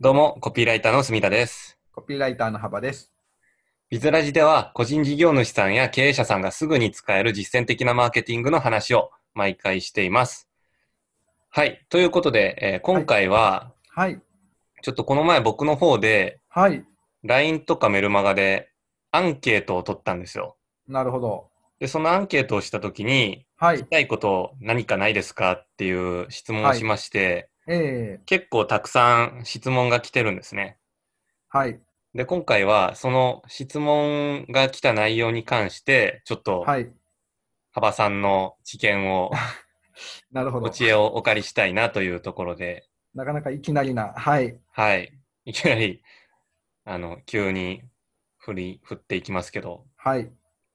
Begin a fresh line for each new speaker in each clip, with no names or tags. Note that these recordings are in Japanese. どうも、コピーライターの住田です。
コピーライターの幅です。
ビズラジでは、個人事業主さんや経営者さんがすぐに使える実践的なマーケティングの話を毎回しています。はい。ということで、えー今回は、
はい。
ちょっとこの前僕の方で、
はい。
LINE とかメルマガでアンケートを取ったんですよ。
なるほど。
で、そのアンケートをしたときに、
はい
聞き。たいこと何かないですかっていう質問をしまして、
ええ
結構たくさん質問が来てるんですね。
はい。
で、今回は、その質問が来た内容に関して、ちょっと、
はい。
幅さんの知見 を、
なるほ
お
ど。
知恵をお借りしたいなというところで、
なかなかいきなりな。はい。
はい。いきなり、あの、急に振り、振っていきますけど、
はい。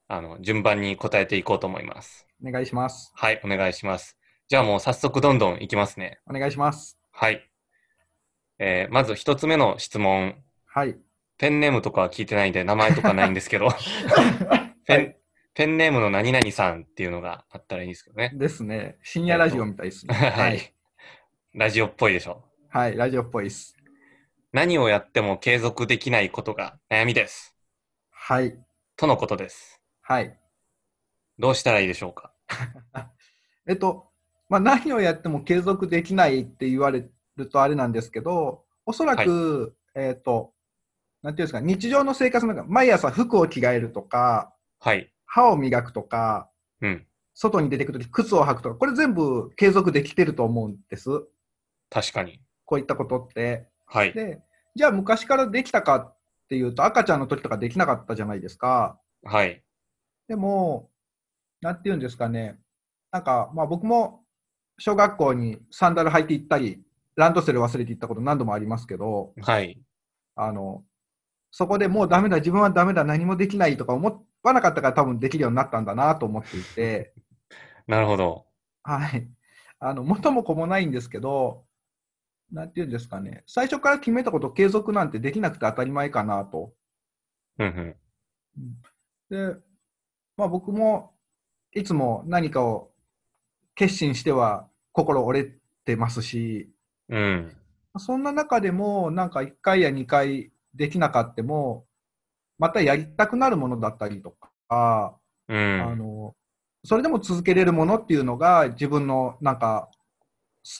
あの、順番に答えていこうと思います。
お願いします。
はい、お願いします。じゃあもう早速どんどんいきますね。
お願いします。
はい。えーまず一つ目の質問。
はい。
ペンネームとかは聞いてないんで、名前とかないんです けど、ペン、ペンネームの何々さんっていうのがあったらいいですけどね。
ですね。深夜ラジオみたいです ね。
は。い。ラジオっぽいでしょ。
はい。ラジオっぽいです。
何をやっても継続できないことが悩みです。
はい。
とのことです。
はい。
どうしたらいいでしょうか
えっと、まあ、何をやっても継続できないって言われるとあれなんですけど、おそらく、えっと、なんていうんですか、日常の生活の中、毎朝服を着替えるとか、
はい。
歯を磨くとか、
うん。
外に出てくるとき靴を履くとか、これ全部継続できてると思うんです。
確かに。
こういったことって。
はい。
で、じゃあ昔からできたかっていうと、赤ちゃんの時とかできなかったじゃないですか。
はい。
でも、なんて言うんですかね。なんか、まあ僕も小学校にサンダル履いて行ったり、ランドセル忘れて行ったこと何度もありますけど、
はい。
あの、そこでもうダメだ、自分はダメだ、何もできないとか思わなかったから多分できるようになったんだなと思っていて、
なるほど。
はい。あの、元も子もないんですけど、なんていうんですかね。最初から決めたこと継続なんてできなくて当たり前かなと。
うんうん。
で、まあ僕もいつも何かを決心しては心折れてますし、
うん。
そんな中でもなんか1回や2回できなかっても、またやりたくなるものだったりとか、
う
あ
ん。
のそれでも続けれるものっていうのが自分のなんか好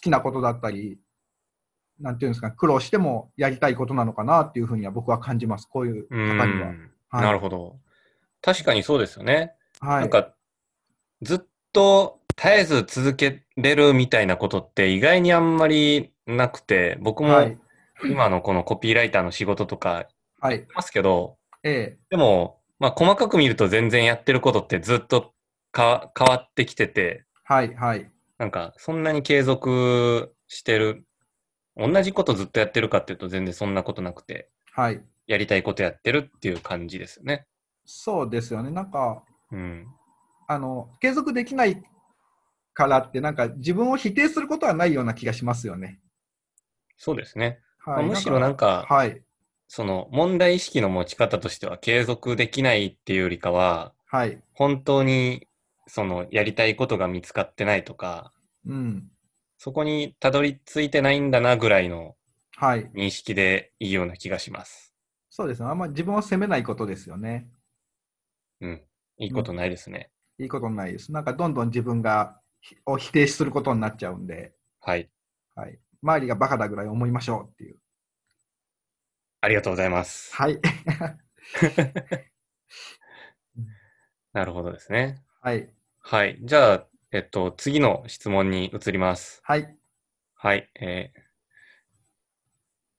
きなことだったりなんていうんですか苦労してもやりたいことなのかなっていうふうには僕は感じますこういう方
うん。
には。はい、
なるほど。確かにそうですよね。
はい、
なんか、ずっと絶えず続けれるみたいなことって意外にあんまりなくて、僕
は
も
い、
今のこのコピーライターの仕事とか
はい、
ますけど、
ええ
でも、まあ、細かく見ると全然やってることってずっとか変わってきてて、
はい、はい、
なんか、そんなに継続してる。同じことずっとやってるかっていうと全然そんなことなくて、
はい、
やりたいことやってるっていう感じですよね。
そうですよね。なんか
うん。
あの継続できないからってなんか自分を否定することはないような気がしますよね。
そうですね。
はい、
まあむしろなんか、
はい、
その問題意識の持ち方としては継続できないっていうよりかは、
はい、
本当にそのやりたいことが見つかってないとか、
うん、
そこにたどり着いてないんだなぐらいの
はい、
認識でいいような気がします。
そうですね。あんま自分を責めないことですよね。
うん。いいことないですね。
いいことないです。なんかどんどん自分がひを否定することになっちゃうんで、
はい。
はい、周りがバカだぐらい思いましょうっていう。
ありがとうございます。
はい。
なるほどですね。
はい。
はい。じゃあ、えっと、次の質問に移ります。
はい。
はい。えー、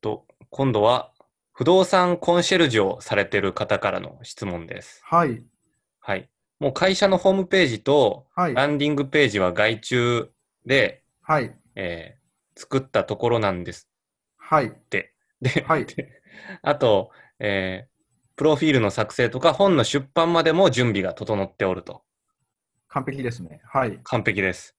と、今度は、不動産コンシェルジュをされている方からの質問です。
はい。
はい。もう会社のホームページと
はい。
ランディングページは外注で、
はい。
えー作ったところなんです。
はい。
で、
はい
であと、えープロフィールの作成とか本の出版までも準備が整っておると。
完璧ですね。はい。
完璧です。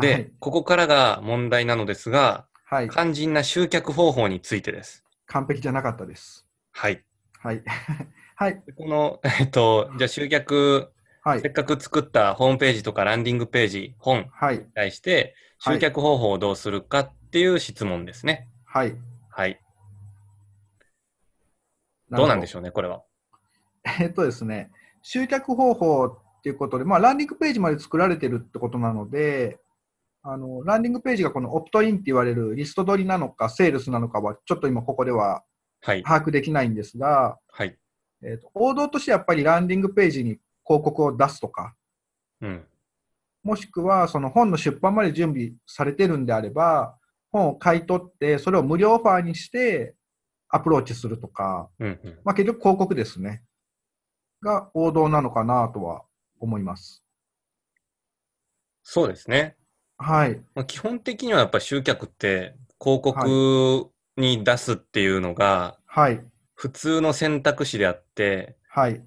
で、
はい
ここからが問題なのですが、
はい。
肝心な集客方法についてです。
完璧じゃなかったです。
はい。
はい。 はい。
でこの、 えっと、じゃあ集客、
は
せっ
い。
かく作ったホームページとかランディングページ、本に
はい。
対して、
はい
集客方法をどうするかっていう質問ですね。
はい。
はい。どうなんでしょうね、これは。
えっとですね、集客方法っていうことで、まあ、ランディングページまで作られてるってことなので、あの、ランディングページがこのオプトインって言われるリスト取りなのか、セールスなのかは、ちょっと今ここでは
はい。
把握できないんですが、
はい。
えっと王道としてやっぱりランディングページに広告を出すとか、
うん。
もしくはその本の出版まで準備されてるんであれば、本を買い取って、それを無料オファーにしてアプローチするとか、
うん、うん。
まあ、結局広告ですね。が王道なのかなとは思います。
そうですね。
はい。
まあ、基本的にはやっぱ集客って広告に出すっていうのが
はい。
普通の選択肢であって、
はい。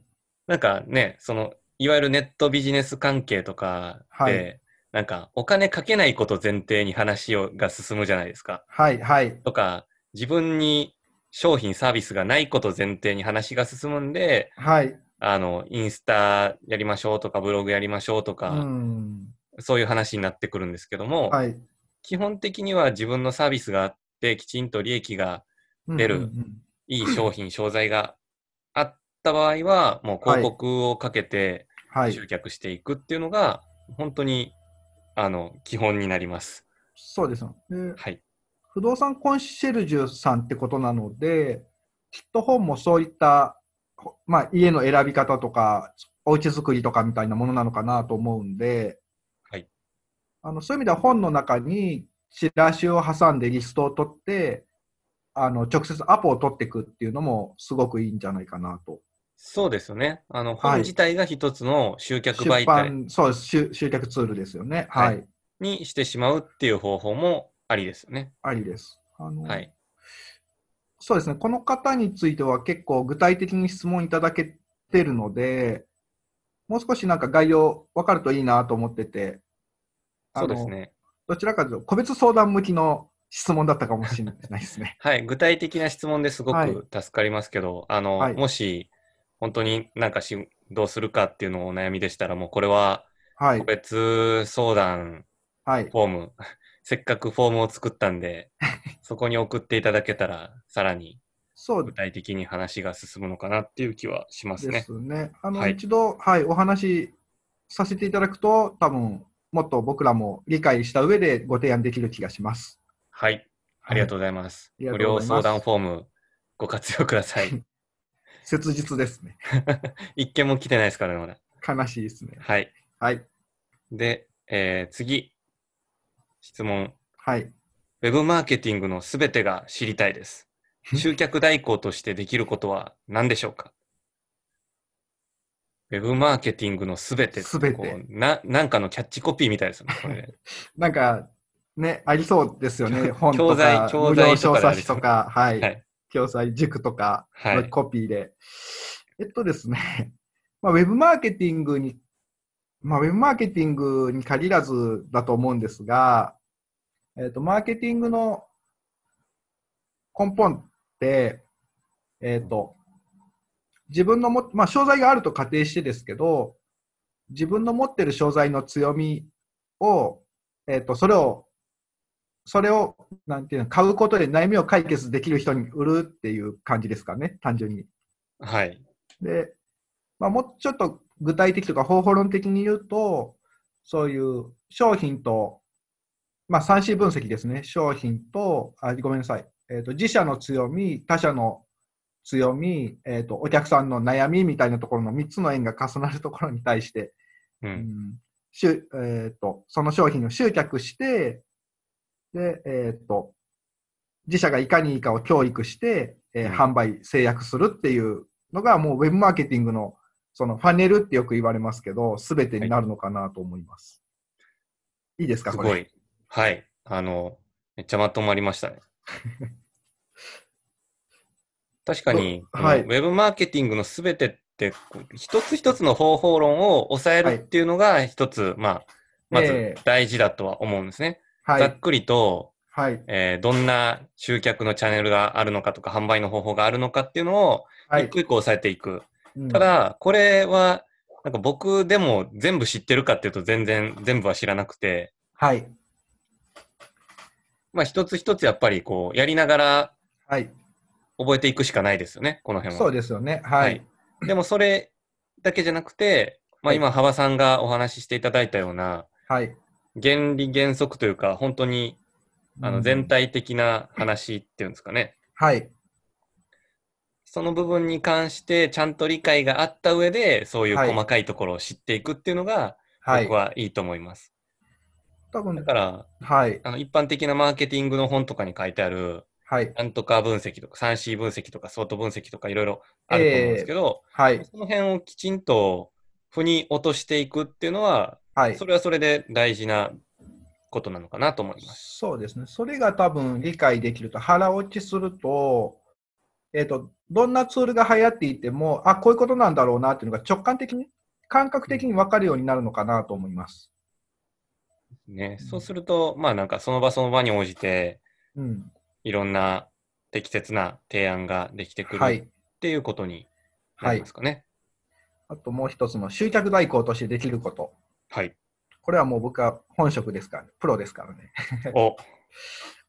なんかね、その、いわゆるネットビジネス関係とかで、
はい
なんかお金かけないこと前提に話をが進むじゃないですか。
はい。はい。
とか、自分に商品サービスがないこと前提に話が進むんで、
はい。
あの、インスタやりましょうとか、ブログやりましょうと
う
か、
ん。
そういう話になってくるんですけども、
はい。
基本的には自分のサービスがあって、きちんと利益が
うん
出る
うんうん
いい商 品、商材があった場合は、もう広告をかけて
はい
集。客していくっていうのが、本当に、あの、基本になります。
そうですね。で
はい。
不動産コンシェルジュさんってことなので、きっと本もそういった、ほまあ、家の選び方とか、お家作りとかみたいなものなのかなと思うんで、
はい
あのそういう意味では本の中にチラシを挟んでリストを取って、あの直接アポを取っていくっていうのもすごくいいんじゃないかなと。
そうですよね。あの、
は
本
い
自体が一つの集客媒体。
出版、そうです集、集客ツールですよね。はい。
はにしてしまうっていう方法もありですよね。
ありです。あの
はい。
そうですね、この方については結構具体的に質問いただけてるので、もう少しなんか概要分かるといいなと思ってて、あ
そう
の
ですね。。
どちらかというと、個別相談向きの質問だったかもしれないですね
はい。具体的な質問ですご
はい
く助かりますけど、あの、
はい
もし、本当になんかし、どうするかっていうのをお悩みでしたら、もうこれは
はい
個、別相談
はい、
フォーム、 せっかくフォームを作ったん で、そこに送っていただけたら、さらに
そう
具体的に話が進むのかなっていう気はします
で
ね。
すね。あの
はい
一度、はい、お話しさせていただくと、多分もっと僕らも理解した上でご提案できる気がします。
はい。ありがと
う。
うございます。
ありが
無
とう
料
ございます
相談フォーム、ご活用ください。
切実ですね。
一件も来てないですからね、まだ。
悲しいですね。
はい。
はい、
で、えー次。質問。
はい、
ウェブマーケティングのすべてが知りたいです。集客代行としてできることは何でしょうかウェブマーケティングのすべて
全て
こうな、なんかのキャッチコピーみたいですよね、これね。
なんか、ね、ありそうですよね。本と
教材
か、
教材
無料
と
小
かであり
冊
そ
子
う
とか、は
はいい。
教材、塾とか
は
の
い。
コピーで。えっとですね、 まあ、ウェブマーケティングに、まあ、ウェブマーケティングに限らずだと思うんですが、えっと、マーケティングの根本って、えっと、自分のも、まあ、商材があると仮定してですけど、自分の持ってる商材の強みを、えっ、と、それを、それを、なんていうの、買うことで悩みを解決できる人に売るっていう感じですかね、単純に。
はい。
で、まあ、もうちょっと具体的とか方法論的に言うと、そういう商品と、まあ、3C 分析ですね。商品と、あごめんなさい。えっ、と、自社の強み、他社の強み、えっ、と、お客さんの悩みみたいなところの3つの円が重なるところに対して、
う。
うんんしゅえっとその商品を集客して、で、えっと、自社がいかにいいかを教育して、え
う
ー
ん
販売、制約するっていうのが、もうウェブマーケティングの、そのファネルってよく言われますけど、すべてになるのかなと思います。い、いですか、
す
こ
ご
れ。
い。はい。あの、めっちゃまとまりま したね。確かに、
そうはい
あのウェブマーケティングのすべてって、こう一つ一つの方法論を抑えるっていうのが一つ、まあ、まず
ええ
大事だとは思うんですね。
は
ざっ
い。
くりと、
はい。
えーどんな集客のチャンネルがあるのかとか、販売の方法があるのかっていうのを、
は
一
い。
個一個抑えていく。
うん
た、だ、これは、なんか僕でも全部知ってるかっていうと全然全部は知らなくて、
はい。
まあ一つ一つやっぱりこうやりながら
はい。
覚えていくしかないですよね、この辺は。
そうですよね。はい。
でもそれだけじゃなくて、まあ、今、幅さんがお話ししていただいたような、
はい。
原理原則というか、本当にあ
う
の
ん
全。体的な話っていうんですかね。
はい。
その部分に関してちゃんと理解があった上で、そういう
はい
細かいところを知っていくっていうのが、
はい
僕。はいいと思います。
多分
だから、
はい。
あの一般的なマーケティングの本とかに書いてある、
はい。
なんとか分析とか、3C 分析とか、ソート分析とか、いろいろあると思うんですけど、
はい。
その辺をきちんと腑に落としていくっていうのは、
はい
そ。れはそれで大事なことなのかなと思います。
そうですね。それが多分理解できると、腹落ちすると、えっ、と、どんなツールが流行っていても、あ、こういうことなんだろうなっていうのが直感的に、感覚的に分かるようになるのかなと思います。
ね、
うん
そうすると、まあなんかその場その場に応じて、
うん。
いろんな適切な提案ができてくる
は
っ
い。
ていうことになりますかね。
あともう一つの集客代行としてできること。
はい。
これはもう僕は本職ですから、プロですからね。
お、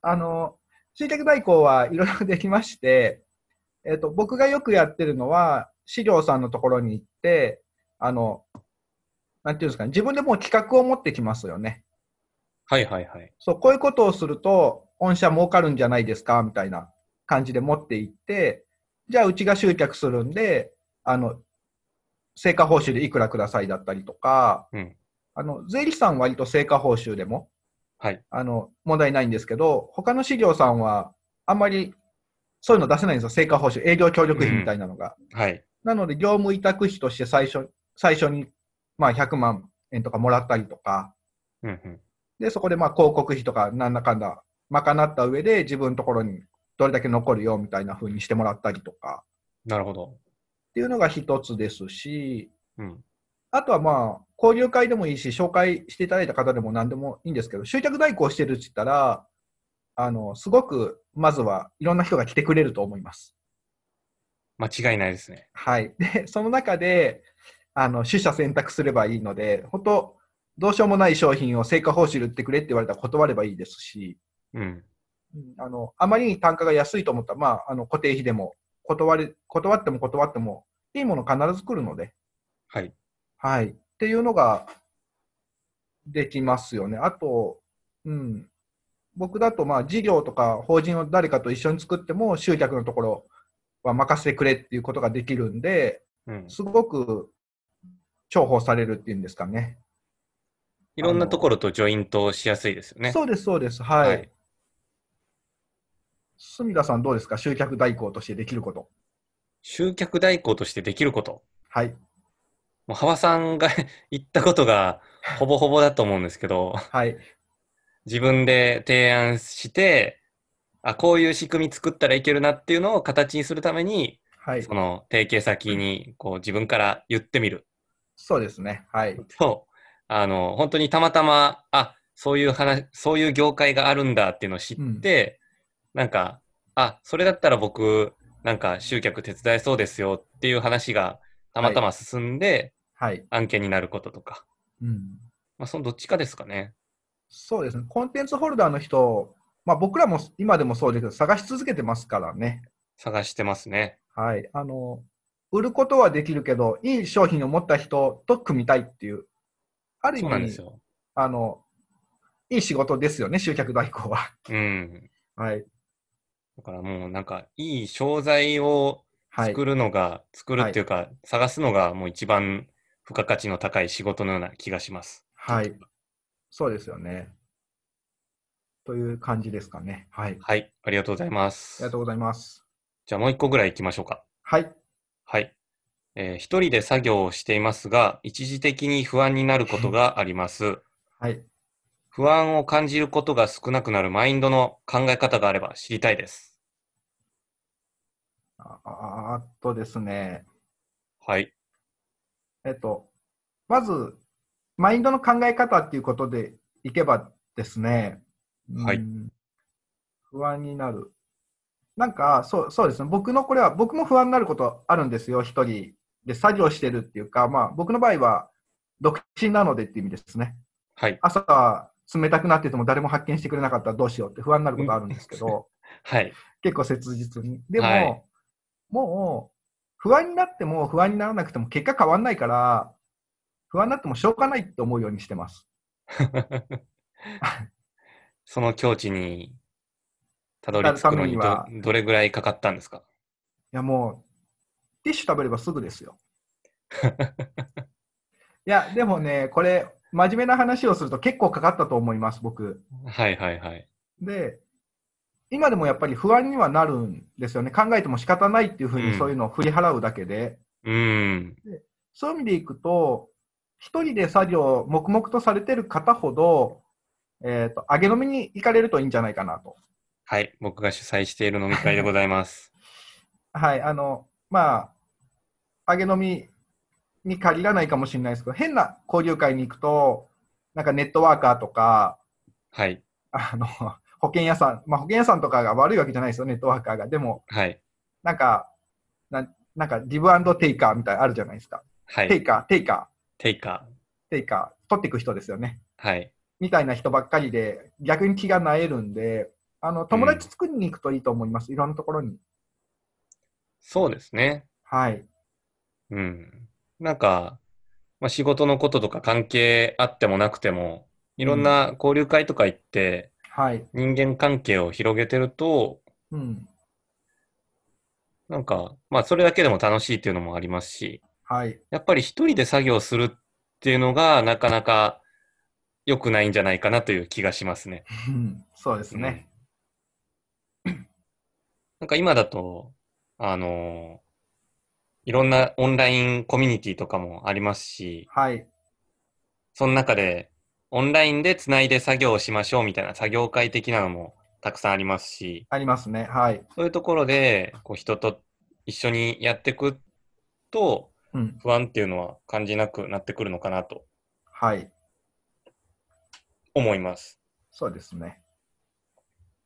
あの、集客代行はいろいろできまして、えっ、と、僕がよくやってるのは、資料さんのところに行って、あの、なんていうんですかね、自分でもう企画を持ってきますよね。
はいはいはい。
そう、こういうことをすると、御社儲かるんじゃないですかみたいな感じで持って行って、じゃあうちが集客するんで、あの、成果報酬でいくらくださいだったりとか、
うん
あの、税理士さんは割と成果報酬でも、
はい。
あの、問題ないんですけど、他の資料さんは、あんまり、そういうの出せないんですよ。成果報酬、営業協力費みたいなのが。
はい。
なので、業務委託費として最初、最初に、まあ、100万円とかもらったりとか、
うんうん。
で、そこで、まあ、広告費とか、なんだかんだ、賄った上で、自分のところにどれだけ残るよ、みたいな風にしてもらったりとか、
なるほど。
っていうのが一つですし、
うん。
あとはまあ、交流会でもいいし、紹介していただいた方でも何でもいいんですけど、集客代行してるって言ったら、あの、すごく、まずはいろんな人が来てくれると思います。
間違いないですね。
はい。で、その中で、あの、取捨選択すればいいので、本当どうしようもない商品を成果報酬で売ってくれって言われたら断ればいいですし、
うん。
うんあの、あまりに単価が安いと思ったら、まあ、あの、固定費でも、断れ、断っても断っても、いいもの必ず来るので、
はい。
はい。っていうのができますよね。あと、うん。僕だと、まあ、事業とか法人を誰かと一緒に作っても、集客のところは任せてくれっていうことができるんで、
うん。
すごく重宝されるっていうんですかね。
いろんなところとジョイントしやすいですよね。
そうです、そうです。はい。
はい
住田さんどうですか集客代行としてできること。
集客代行としてできること。
はい。
もう、幅さんが 言ったことがほぼほぼだと思うんですけど、
はい。
自分で提案して、あ、こういう仕組み作ったらいけるなっていうのを形にするために、
はい
そ。の提携先にこう自分から言ってみる
そうですね。はい。
と、あの、本当にたまたま、あ、そういう話、そういう業界があるんだっていうのを知って、なんか、あ、それだったら僕、なんか集客手伝えそうですよっていう話がたまたま進んで
はい。
案件になることとか、
うん。
まあそのどっちかですかね。
そうですね、コンテンツホルダーの人、まあ、僕らも今でもそうですけど、探し続けてますからね、
探してますね。
はいあの、売ることはできるけど、いい商品を持った人と組みたいっていう、ある意
そうなんです
味、
よ。
あのいい仕事ですよね、集客代行は。
うん。
はい、
だからもうなんかいい商材を
はい
作るのが、作るっていうか、探すのがもう一番付加価値の高い仕事のような気がします。
はい、そうですよね。という感じですかね。はい、
はい、ありがとうございま
あり
す
がと。うございます。
じゃあもう一個ぐらい行きましょうか。
はい、
はい。えー一人で作業をしていますが、一時的に不安になることがあります。
はい、
不安を感じることが少なくなるマインドの考え方があれば知りたいです。
あああとですね、
はい。
えっと、まず、マインドの考え方っていうことでいけばですね、うん
はい
不安になる。なんか、そうそうですね、僕のこれは、僕も不安になることあるんですよ、一人で作業してるっていうか、まあ、僕の場合は、独身なのでっていう意味ですね。
はい。
朝、冷たくなってても誰も発見してくれなかったらどうしようって不安になることあるんですけど、
はい。
結構切実に。でも、
はい
もう、不安になっても不安にならなくても結果変わんないから、不安になってもしょうがないって思うようにしてます。
その境地にたどり着くのに
た
ど
ため
どれぐらいかかったんですか
いや、もう、ティッシュ食べればすぐですよ。いや、でもね、これ、真面目な話をすると結構かかったと思います、僕。
はいはいはい。
で、今でもやっぱり不安にはなるんですよね。考えても仕方ないっていうふう
う
に
ん
そういうのを振り払うだけで。
うーん。
そういう意味でいくと、一人で作業を黙々とされてる方ほど、えっ、と、揚げ飲みに行かれるといいんじゃないかなと。
はい。僕が主催している飲み会でござい ます。
はい、あの、まあ、揚げ飲みに限らないかもしれないですけど、変な交流会に行くと、なんかネットワーカーとか、
はい。
あの、保険屋さん、まあ保険屋さんとかが悪いわけじゃないですよ、ネットワーカーが。でも、
はい。
なんか、なんなんかギブアンドテイカーみたいなのあるじゃないですか。
は
テイ
い。
カー、テイカ
テイカ
ー、テイカー、取っていく人ですよね。
ー。はい。
みたいな人ばっかりで、逆に気がなえるんで、あの友達作りに行くといいと思います、いろんなところに。
そうですね。
はい。
うん。なんか、まあ、仕事のこととか関係あってもなくても、いろんな交流会とか行って、
はい。
人間関係を広げてると、
うん。
なんか、まあ、それだけでも楽しいっていうのもありますし、
はい。
やっぱり一人で作業するっていうのが、なかなか良くないんじゃないかなという気がしますね。
うんそうですね。
なんか今だと、あのいろんなオンラインコミュニティとかもありますし、
はい。
その中でオンラインでつないで作業をしましょうみたいな作業会的なのもたくさんありますし、
ありますね。はい。
そういうところでこう人と一緒にやっていくと
うん。
不安っていうのは感じなくなってくるのかなと
はい。
思います。
そうですね。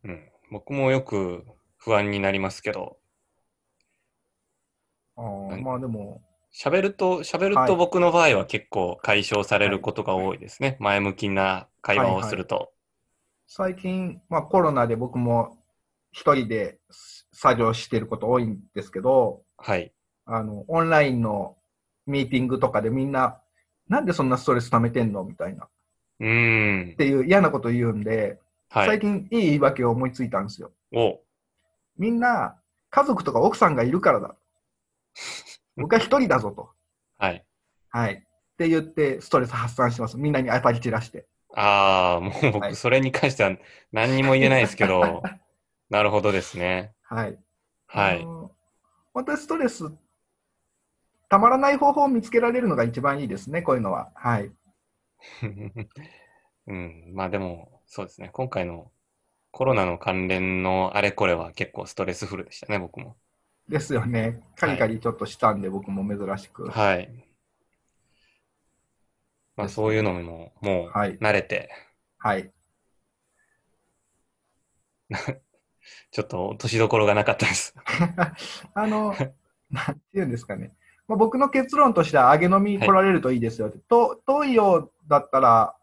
うん、僕もよく不安になりますけど、
あ
は
ー
い
まあでも、
喋ると、喋る
は
と
い
僕の場合は結構解消されることが多いですね。前向きな会話をすると。
最近、まあコロナで僕も一人で作業してること多いんですけど、
はい。
あの、オンラインのミーティングとかでみんな、なんでそんなストレス溜めてんのみたいな。っ
うーん。
ていう嫌なこと言うんで、
は
最
い。
近いい言い訳を思いついたんですよ。
お
みんな家族とか奥さんがいるから だ。僕は一人だぞと。
はい。
はい。って言ってストレス発散します。みんなに当たり散らして。
ああ、もう
は
僕
い
それに関しては何にも言えないですけ ど、なるほどですね。
はい。
は
あ
い。
の。本当にストレスたまらない方法を見つけられるのが一番いいですね、こういうのは。はい。
うん。まあでも、そうですね。今回のコロナの関連のあれこれは結構ストレスフルでしたね、僕も。
ですよね。カリカリちょっとしたんで、僕も珍しく。
はい。まあ
ですね
そういうのも、もう
はい
慣れて、
はい。
ちょっと落としどころがなかったです。
あの、なんていうんですかね。まあ、僕の結論としては、揚げ飲み来られるといいですよって、と東洋だったら、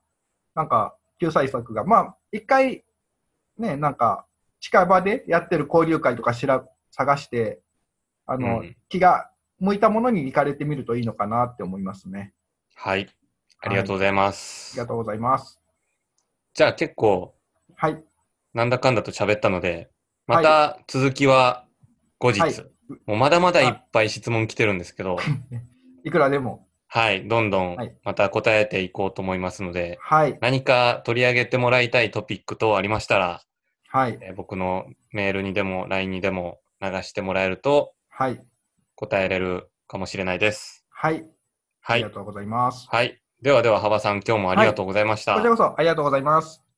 なんか、救済策が、まあ、一回、ね、なんか、近場でやってる交流会とかしら探して、あの、
うん
気が向いたものに行かれてみるといいのかなって思いますね。
はい。ありがとうございま
あ
す。
りがとうございます。
じゃあ結構、
はい。
なんだかんだと喋ったので、また続きは後日。
はい
もうまだまだいっぱい質問来てるんですけど、
いくらでも。
はい、どんどん
はい
また答えていこうと思いますので、
はい。
何か取り上げてもらいたいトピック等ありましたら、
はい。
えー僕のメールにでも LINE にでも流してもらえると
はい。
答えれるかもしれないです。
はい。あ
は
りが
い。
とうございます。
はい。ではでは、幅さん、今日もありがとうございました。
こちらこそありがとうございます。